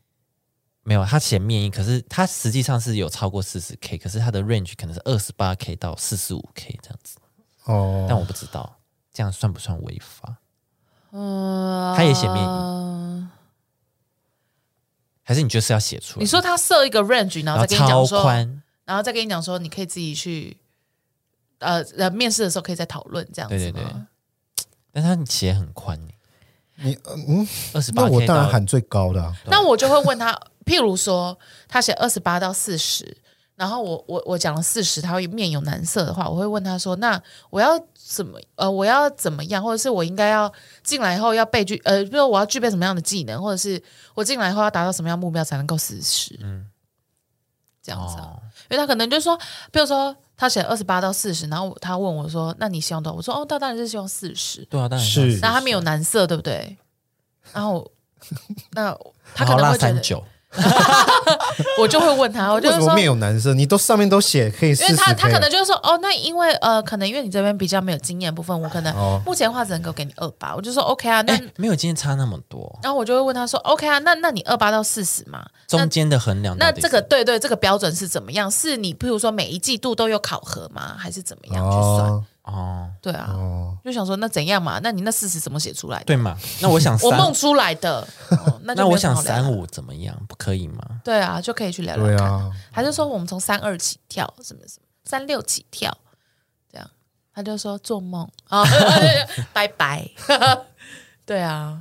S1: 没有，他写面议，可是他实际上是有超过四十 K，可是他的 range 可能是二十八 K 到四十五 K 这样子，
S3: 哦，
S1: 但我不知道这样算不算违法，
S2: 嗯，
S1: 他也写面
S2: 议。
S1: 还
S2: 还
S1: 是你就是要写出来？
S2: 你说他设一个 range，然
S1: 然
S2: 后
S1: 后
S2: 再跟你讲
S1: 超
S2: 说，
S1: 宽，
S2: 然后再跟你讲说，你可以自己去，呃呃，面试的时候可以再讨论这样子
S1: 对对
S2: 吗
S1: 对但他写很宽、欸，
S3: 你嗯，
S1: 二十八
S3: 那
S1: K
S3: 我当然
S1: 到
S3: 喊最高的、啊，
S2: 那我就会问他， 譬如说他写二十八到四十，然后我我我讲了四十，他会面有难色的话，我会问他说，那我要怎么呃，我要怎么样，或者是我应该要进来以后要备具呃，比如说我要具备什么样的技能，或者是我进来以后要达到什么样的目标才能够四十，嗯，这样子啊、
S1: 哦
S2: 因为他可能就说，比如说他写二十八到四十，然后我他问我说，那你希望多少？我说哦，那当然是希望四十，
S1: 对啊，当然
S3: 是
S1: 要
S2: 那他没有难色，对不对？然后我那他可
S1: 好
S2: 能
S1: 辣
S2: 会觉
S1: 三
S2: 得。
S1: 九，
S2: 我就会问他，我
S3: 为
S2: 就
S3: 什
S2: 是
S3: 么
S2: 说，
S3: 面
S2: 因
S3: 有男生？你都上面都写可以四
S2: 为
S3: 十，
S2: 他他可能就是说，哦，那因为呃，可能因为你这边比较没有经验的部分，我可能
S3: 哦
S2: 目前的话只能够给你二八，我就说 OK 啊，那、
S1: 哎、没有今天差那么多，
S2: 然后我就会问他说 OK 啊，那那你二八到四十嘛，那
S1: 中间的衡量
S2: 那
S1: 到底是
S2: 这个对对，这个标准是怎么样？是你譬如说每一季度都有考核吗？还是怎么样去算？
S3: 哦
S1: 哦，
S2: 对啊，
S3: 哦，
S2: 就想说那怎样嘛？那你那四十怎么写出来的？
S1: 对嘛？那我想三
S2: 我梦出来 的，哦、那
S1: 那
S2: 就没
S1: 我
S2: 有什
S1: 想
S2: 么好聊
S1: 三
S2: 的，
S1: 五怎么样？不可以吗？
S2: 对啊，就可以去聊聊
S3: 对
S2: 看。
S3: 啊，
S2: 还是说我们从三二起跳，什么什么三六起跳，这样他就说做梦啊， 拜拜， 对啊，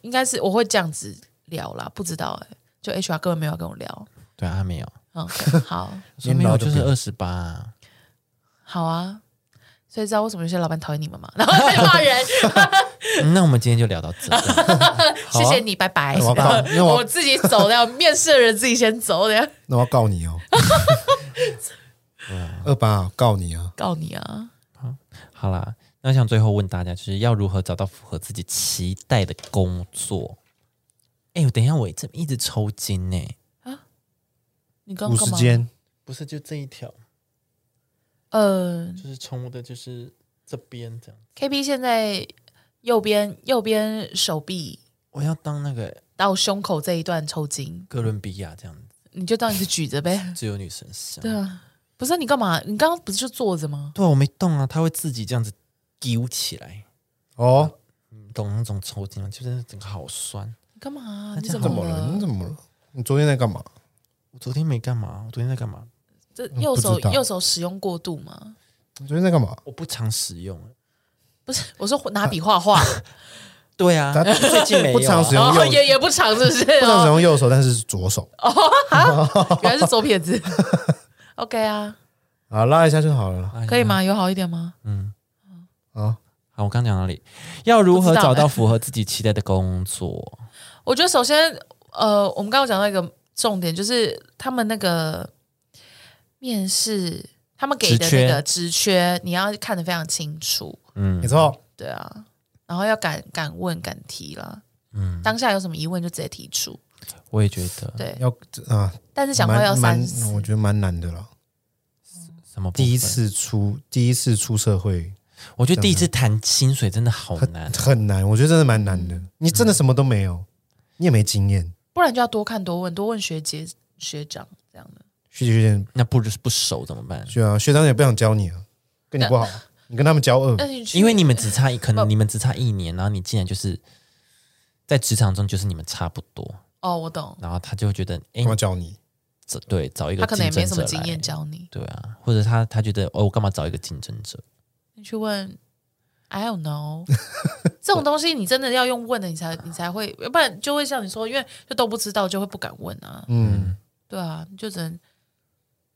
S2: 应该是我会这样子聊啦，不知道哎、就 HR 根本没有要跟我聊，
S1: 对啊，他没有，
S2: 嗯，好，
S1: 说
S3: 年
S1: 没有
S3: 老就
S1: 就是
S3: 不
S1: 二十八，
S2: 好啊，所以知道为什么有些老板讨厌你们嘛，然后在骂人，
S1: 嗯那我们今天就聊到 这，
S3: 啊
S2: 谢谢你，拜拜，
S3: 那我 要告，那我
S2: 我
S3: 要
S2: 自己走的，面试的人自己先走的，
S3: 那我要告你哦，二八告你啊，
S2: 告你啊，
S1: 好啦。那我想最后问大家，就是要如何找到符合自己期待的工作？哎、我等一下，我这一直抽筋欸呢、
S2: 你刚
S3: 五
S2: 刚干
S3: 十
S2: 嘛？
S3: 间
S1: 不是就这一条，
S2: 呃，
S1: 就是冲的，就是这边这样。
S2: K B 现在右边右边手臂
S1: 我要当那个
S2: 到胸口这一段抽筋，
S1: 哥伦比亚这样子，。
S2: 你就当你是举着呗
S1: 只有女生像。
S2: 对啊，不是你干嘛？你刚刚不是就坐着吗？
S1: 对啊，我没动啊，它会自己这样子揪起来，
S3: 哦，
S1: 你懂那种抽筋吗？啊就是整个好酸。
S2: 你干嘛？
S1: 那
S2: 你
S1: 这
S2: 怎
S1: 样
S3: 啊怎
S2: 么
S3: 么了？
S2: 了
S3: 你？怎么了？你昨天在干嘛？
S1: 我昨天没干嘛，我昨天在干嘛？
S2: 这右手
S3: 不知道
S2: 右手使用过度吗？
S3: 你昨天在干嘛？
S1: 我不常使用。
S2: 不是，我说拿笔画画，
S1: 对啊
S3: 他，
S1: 最近没有啊
S3: 不常 使用
S2: 哦，
S3: 右
S2: 也也不长，是不是？
S3: 不常使用右手，但是是左手。
S2: 哦原来是左撇 子。OK 啊，
S3: 啊，拉一下就好了啦。
S2: 可以吗？有好一点吗？嗯
S3: 啊，
S1: 好，我刚讲哪里？要如何
S2: 不知道
S1: 找到符合自己期待的工作？
S2: 我觉得首先，呃，我们刚刚讲到一个重点，就是他们那个面试，他们给的那个职缺，你要看得非常清楚，
S1: 嗯
S3: 没，错，
S2: 对啊，然后要敢敢问敢提啦，嗯，当下有什么疑问就直接提出，
S1: 我也觉得
S2: 对，
S3: 要啊，
S2: 但是讲话要
S3: 蛮
S2: 三嗯
S3: 蛮
S2: 思，，
S3: 我觉得蛮难的啦。
S1: 什么部分
S3: 第一，次出，第一次出社会
S1: 我觉得第一次谈薪水真的好难。 嗯
S3: 很难，我觉得真的蛮难的。你真的什么都没有，你也没经验，
S2: 不然就要多看多问，多问学姐学长这样的。
S3: 学姐学姐
S1: 那不不熟怎么办？
S3: 学啊，学长也不想教你啊，跟你 不好，你跟他们交恶
S1: 呃
S2: 但。是你去
S1: 因为你们只差一，可
S2: 哦
S1: 能你们只差一年，然后你竟然就是在职场中就是你们差不多，
S2: 哦，我懂，
S1: 然后他就会觉得，哎
S3: 干，嘛教你？
S1: 这对找一个
S2: 他可能也
S1: 竞
S2: 没
S1: 争
S2: 什
S1: 者
S2: 么经
S1: 来
S2: 验教你，
S1: 对啊，或者他他觉得哦，我干嘛找一个竞争者？
S2: 你去问，I don't know，这 种东西你真的要用问的，你才你才会，要不然就会像你说，因为就都不知道，就会不敢问啊，
S3: 嗯，
S2: 对啊，你就只能，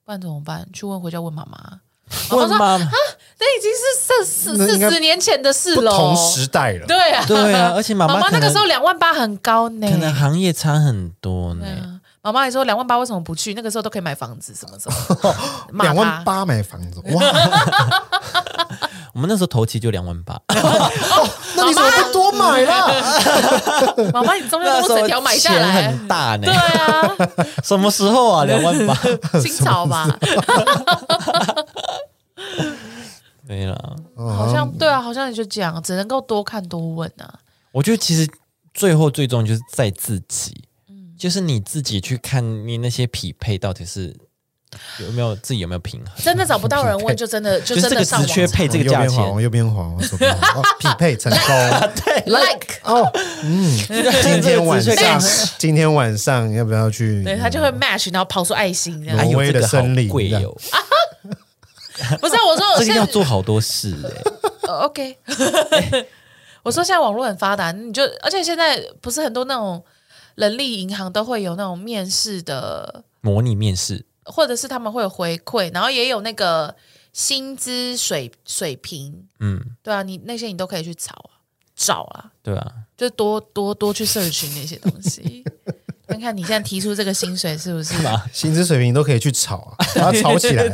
S2: 不然怎么办？去问回家问妈妈，
S1: 问
S2: 哦妈妈说
S1: 吗？
S2: 那已经是四
S3: 那
S2: 四
S3: 应该
S2: 四十年前的事
S3: 不
S2: 喽
S3: 同，时代了，
S2: 对啊，
S1: 对啊，而且妈
S2: 妈妈
S1: 可
S2: 那个
S1: 能
S2: 时候两万八很高呢，
S1: 可能行业差很多
S2: 对
S1: 呢。
S2: 啊，妈妈还说两万八为什么不去？那个时候都可以买房子，什么什么，骂
S3: 两
S2: 他
S3: 万八买房 子，哇，
S1: 我们那时候头期就两万 八，
S3: 那你怎么不多买啦？
S2: 妈妈你中间
S1: 那
S2: 都
S1: 时候
S2: 整条买下
S1: 钱
S2: 来，
S1: 很大呢
S2: 对。啊，
S1: 什么时候啊？两万八？
S2: 清朝吧，
S1: 对了，
S2: 好像对啊，好像也就这样，只能够多看多问啊。
S1: 我觉得其实最后最终就是在自己，
S2: 嗯
S1: 就是你自己去看你那些匹配到底是有没有自己有没有平衡，
S2: 真的找不到人 问，就真的就
S1: 就是
S2: 真
S1: 这
S2: 的
S1: 个
S2: 上
S1: 职
S2: 网
S1: 缺
S2: 查
S1: 配这个
S3: 哦右
S1: 价
S3: 边滑，
S1: 钱
S3: 往。右边滑，往左边滑，哦匹配成 功。
S2: like，
S3: 哦，嗯，今天晚
S1: 这
S3: 上
S1: 个职缺，
S3: 今天晚上要不要去？
S2: 对他就会 match，然后跑出爱心这
S1: 哎
S2: 样。
S1: 呦
S3: 挪威的
S1: 这个好
S3: 森林
S1: 贵
S3: 这样
S1: 哦，
S2: 不是啊我说，我
S1: 这个
S2: 现在
S1: 要做好多事哎。
S2: 呃 OK，我说现在网络很发达，你就而且现在不是很多那种人力银行都会有那种面试的，
S1: 模拟面试，
S2: 或者是他们会有回馈，然后也有那个薪资水水平，
S1: 嗯，
S2: 对啊，你那些你都可以去找啊，找啊，
S1: 对啊，
S2: 就多多多去社群那些东 西，看看你现在提出这个薪水是不是？
S3: 薪资水平都可以去炒啊，把它炒起 来，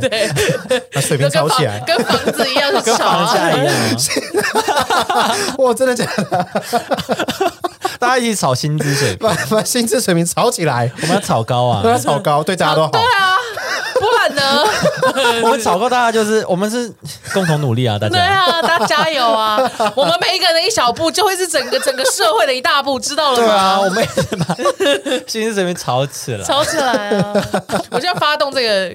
S3: 把水平
S2: 跟
S3: 炒
S2: 房
S3: 起来。
S2: 跟房子一样去炒
S1: 房价
S2: 啊！
S1: 一样啊，
S3: 哇，真的假的？
S1: 大家一起炒薪资 水平，
S3: 把把薪资水平炒起来，
S1: 我们要炒高
S3: 让
S1: 啊，
S3: 它炒高，对大家都好。
S2: 啊不然呢？
S1: 我们炒高，大家就是我们是共同努力啊，大
S2: 对
S1: 家。
S2: 啊，大家加油啊！我们每一个人的一小步，就会是整个整个社会的一大步，知道了吗？
S1: 对啊，我们也是把薪资水平炒起来，
S2: 吵起来啊！我就要发动这个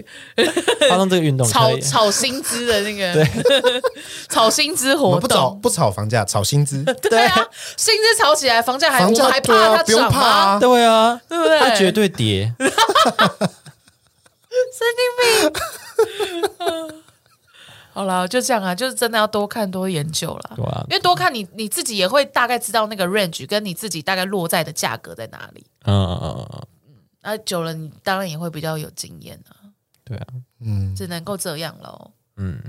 S1: 发动这个运动可
S2: 炒
S1: 以。
S2: 炒薪资的那个 炒薪资
S3: 我
S2: 活
S3: 们不炒
S2: 动。
S3: 不炒房价，炒薪资，
S2: 对啊，薪资炒起来，房价还
S3: 房
S2: 我
S3: 价
S2: 还
S3: 对
S2: 怕
S3: 啊，
S2: 它
S3: 不用
S2: 涨
S3: 怕
S2: 吗？
S3: 啊。
S1: 对啊，
S2: 对不对
S1: 它绝对 跌。嗯
S2: 好了，就这样啊，就是真的要多看多研究啦。
S1: 对啊
S2: 因为多看你你自己也会大概知道那个 range 跟你自己大概落在的价格在哪里。
S1: 嗯嗯嗯嗯，
S2: 那久了，你当然也会比较有经验啊，
S1: 对啊，
S3: 嗯，
S2: 只能够这样喽。
S1: 嗯，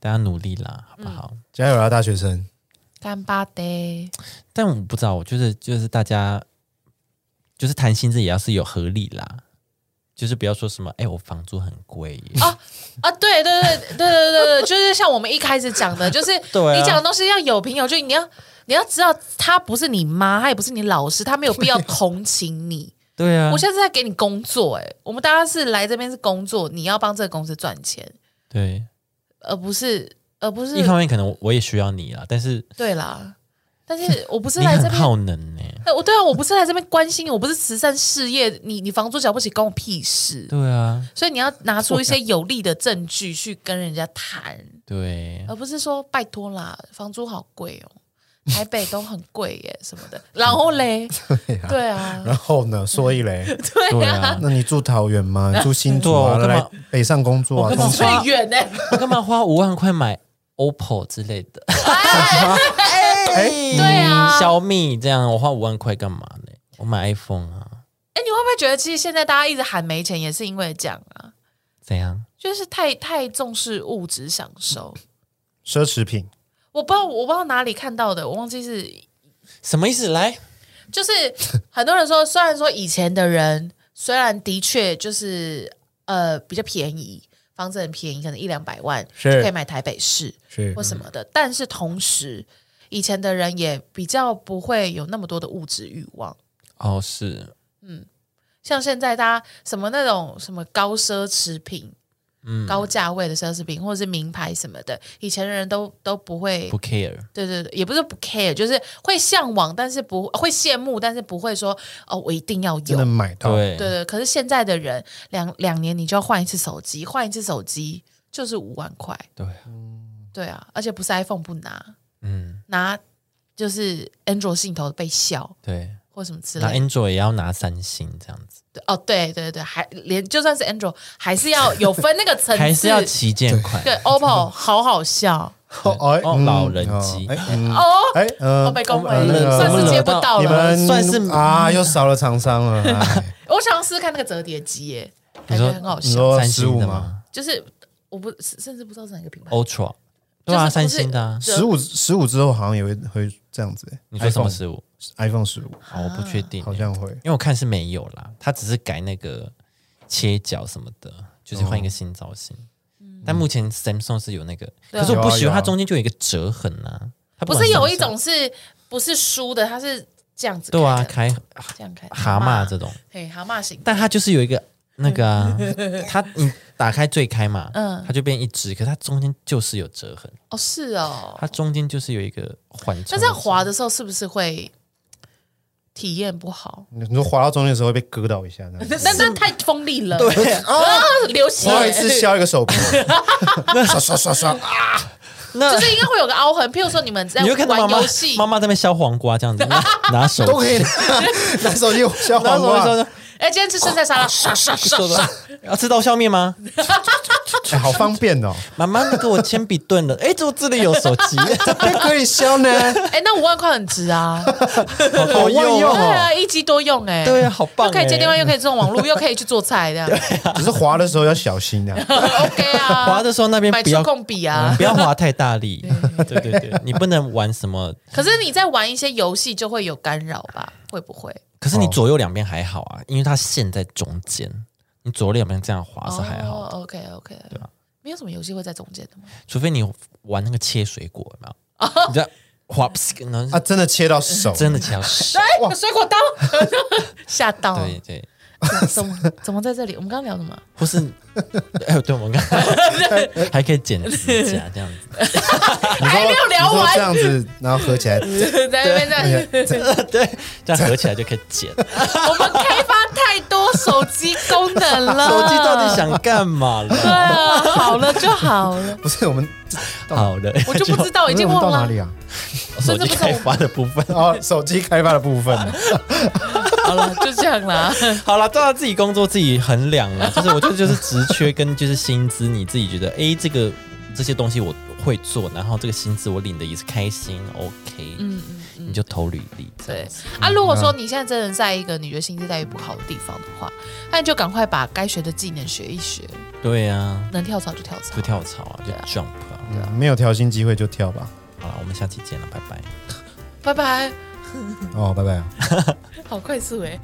S1: 大家努力啦，好不
S2: 嗯
S1: 好？
S3: 加油啊，大学生！
S2: 干巴爹，
S1: 但我不知道，我觉得就是大家就是谈薪资也要是有合理啦，就是不要说什么哎，我房租很贵耶。
S2: 啊啊，对对对对对对对， 就是像我们一开始讲的，就是
S1: 对啊
S2: 你讲的东西要有凭有据，你要你要知道他不是你妈，他也不是你老师，他没有必要同情你。
S1: 对啊
S2: 我，现在是在给你工作、欸，我们大家是来这边是工作，你要帮这个公司赚钱，
S1: 对，
S2: 而不是而不
S1: 一
S2: 是
S1: 方面可能我我也需要你啦，但是
S2: 对啦。但是 我不是
S1: 你
S2: 来这
S1: 很
S2: 边
S1: 耗能呢、
S2: 哎，我对啊，我不是来这边关心你，我不是慈善事业，你你房租缴不起关我屁事。
S1: 对啊，
S2: 所以你要拿出一些有力的证据去跟人家谈，
S1: 对，
S2: 而不是说拜托啦，房租好贵哦，台北都很贵耶什么的。然后 嘞，对啊，
S3: 然后呢，所以嘞，
S1: 对啊，
S3: 那你住桃园吗？你住新竹啊？
S1: 对我干
S3: 来
S1: 嘛
S3: 北上工作啊？
S1: 我干嘛
S3: 通
S2: 最远呢、哎
S1: 我干嘛花五万块买 OPPO 之类的？
S2: 哎
S3: 哎
S2: 对啊
S1: 小米这样，我花五万块干嘛呢？我买 iPhone 啊，
S2: 哎，你会不会觉得，其实现在大家一直喊没钱，也是因为这样啊？
S1: 怎样？
S2: 就是太太重视物质享受。
S3: 奢侈品，
S2: 我不知道，我不知道哪里看到的，我忘记是，
S1: 什么意思？来，
S2: 就是很多人说，虽然说以前的人虽然的确就是呃比较便宜，房子很便宜，可能一两百万就是可以买台北市
S3: 是
S2: 或什么的，但是同时以前的人也比较不会有那么多的物质欲望。
S1: 哦，是，
S2: 像现在大家什么那种什么高奢侈品、高价位的奢侈品，或者是名牌什么的，以前的人都都不会
S1: 不 care，
S2: 对对对，也不是不 care，就是会向往，但是不会羡慕，但是不会说哦，我一定要
S3: 真
S2: 有
S3: 的。买到，
S1: 对
S2: 对对，可是现在的人两两年你就要换一次手机，换一次手机就是五万块，
S1: 对，
S2: 对啊，而且不是 iPhone 不拿，
S1: 嗯，
S2: 拿就是 Android 系统被笑
S1: 对，
S2: 或什么之
S1: 拿
S2: 类的。
S1: Android 也要拿三星这样子，
S2: 哦，对对对，还连就算是 Android 还是要有分那个层次，
S1: 还是要旗舰款，
S2: 对 OPPO 好好笑
S1: 哦
S3: 嗯
S1: 老人机
S3: 哎嗯
S2: 哦，
S3: 哎
S2: 我
S3: 呃
S2: 被恭维
S3: 呃那
S2: 了，
S3: 个
S2: 算是接不到
S3: 你
S2: 了。
S3: 们
S1: 算是
S3: 啊，又少了厂商了。哎
S2: 我想要试试看那个折叠机耶，
S1: 你
S2: 感
S1: 说
S2: 觉很好
S3: 你
S2: 笑。
S3: 说
S1: 三
S3: 十
S1: 星
S3: 五
S1: 的
S3: 吗？
S1: 吗
S2: 就是我不甚至不知道是哪个品牌。
S1: ？Ultra，对啊，
S2: 就是不
S1: 三
S2: 是
S1: 星的啊，
S3: 十五十五之后好像也会会这样子。哎
S1: 你说什么
S3: iPhone-
S1: 十五？
S3: ？iPhone 十五
S1: 哦，我不确定欸，
S3: 好像会。
S1: 因为我看是没有啦，它只是改那个切角什么的，就是换一个新造型。但目前 Samsung 是有那个，
S2: 哦对啊
S1: 可是我不喜
S3: 有啊有
S1: 欢
S3: 啊
S1: 它中间就有一个折痕啊。它
S2: 不
S1: 管
S2: 是有一
S1: 上下
S2: 种是不是书的，它是这样子开
S1: 对
S2: 的
S1: 啊，开
S2: 这样开
S1: 蛤蟆这，种，
S2: 嘿，蛤蟆型，
S1: 但它就是有一个那个啊，它你打开最开嘛，
S2: 嗯
S1: 它就变一只，可它中间就是有折痕，
S2: 哦，是哦，
S1: 它中间就是有一个缓冲。
S2: 那这样滑的时候是不是会体验不好？
S3: 你说滑到中间的时候会被割到一下，这样
S2: 那
S3: 子
S2: 那那太锋利了，对啊， 流血，
S3: 滑一次
S2: 就
S3: 削一个手臂，刷刷刷刷啊！
S1: 那
S2: 是应该会有个凹痕。譬如说你们在
S1: 你就看到妈
S2: 玩
S1: 妈
S2: 游戏
S1: 妈，妈在那边削黄瓜这样子， 拿拿手
S3: 都可以拿拿手机削
S1: 拿
S3: 黄
S1: 手
S3: 瓜，
S1: 削削
S2: 哎，今天吃生菜沙拉，刷刷刷
S1: 手
S2: 刷，
S1: 哦的，要吃刀削面吗？
S3: 哎好方便哦！
S1: 妈妈，那个我铅笔钝了，哎，怎么这里有手 机？
S3: 还可以削呢，
S2: 哎，那五万块很值啊，
S3: 好
S1: 好用
S2: 对
S1: 哦
S2: 啊，一机多用哎，
S1: 对啊，好棒
S2: 又
S1: 欸！
S2: 可以接电话，又可以做网络，又可以去做菜，这样
S3: 只是滑的时候要小心啊。
S2: OK 啊。
S1: 滑的时候那边
S2: 买
S1: 不
S2: 触
S1: 要嗯
S2: 控笔啊
S1: 不。要滑太大力， 对对对，你不能玩什么。
S2: 可是你在玩一些游戏就会有干扰吧？会不会？
S1: 可是你左右两边还好啊，因为它陷在中间，你左右两边这样滑是还好，
S2: 哦、OK OK，对啊，没有什么游戏会在中间的吗？
S1: 除非你玩那个切水果，有没
S2: 哦
S1: 有？你这样滑，然
S3: 啊，
S1: 后
S3: 真的切到手，
S1: 真的切到手，
S2: 哎，有水果 刀吓到，
S1: 对对，
S2: 怎么怎么在这里？我们刚刚聊什么？
S1: 或是哎，对，我们刚 还可以剪指甲这样子，
S3: 你说
S2: 还没有聊完
S3: 你说这样子，然后合起来，
S2: 在那边在，
S1: 对，这样合起来就可以剪。
S2: 我们开发太多手机功能了，
S1: 手机到
S2: 嗯
S1: 底？想干嘛
S2: 对
S1: 了？
S2: 啊，好了就好了，
S3: 不是我们
S1: 好的，
S2: 我就不知道，已经
S3: 我们
S2: 忘
S3: 到哪
S2: 了
S3: 里。啊？
S1: 手机开发的部分。
S3: 哦，手机开发的部分，
S2: 好了，就这样 啦。
S1: 好了，当然自己工作自己衡量了，就是我觉得就是职缺跟就是薪资，你自己觉得诶，这个这些东西我会做，然后这个薪资我领的也是开心，OK，
S2: 嗯嗯嗯
S1: 你。就投履历。
S2: 对
S1: 嗯
S2: 啊，如果说你现在真的在一个你觉得薪资待遇不好的地方的话，那你就赶快把该学的技能学一学，
S1: 对啊，
S2: 能跳槽就跳槽，
S1: 就跳槽啊，就 jump 啊。
S3: 嗯没有调薪机会就跳吧。
S1: 好了，我们下期见了，拜拜。
S2: 拜拜，
S3: 哦，拜拜啊。
S2: 好快速哎、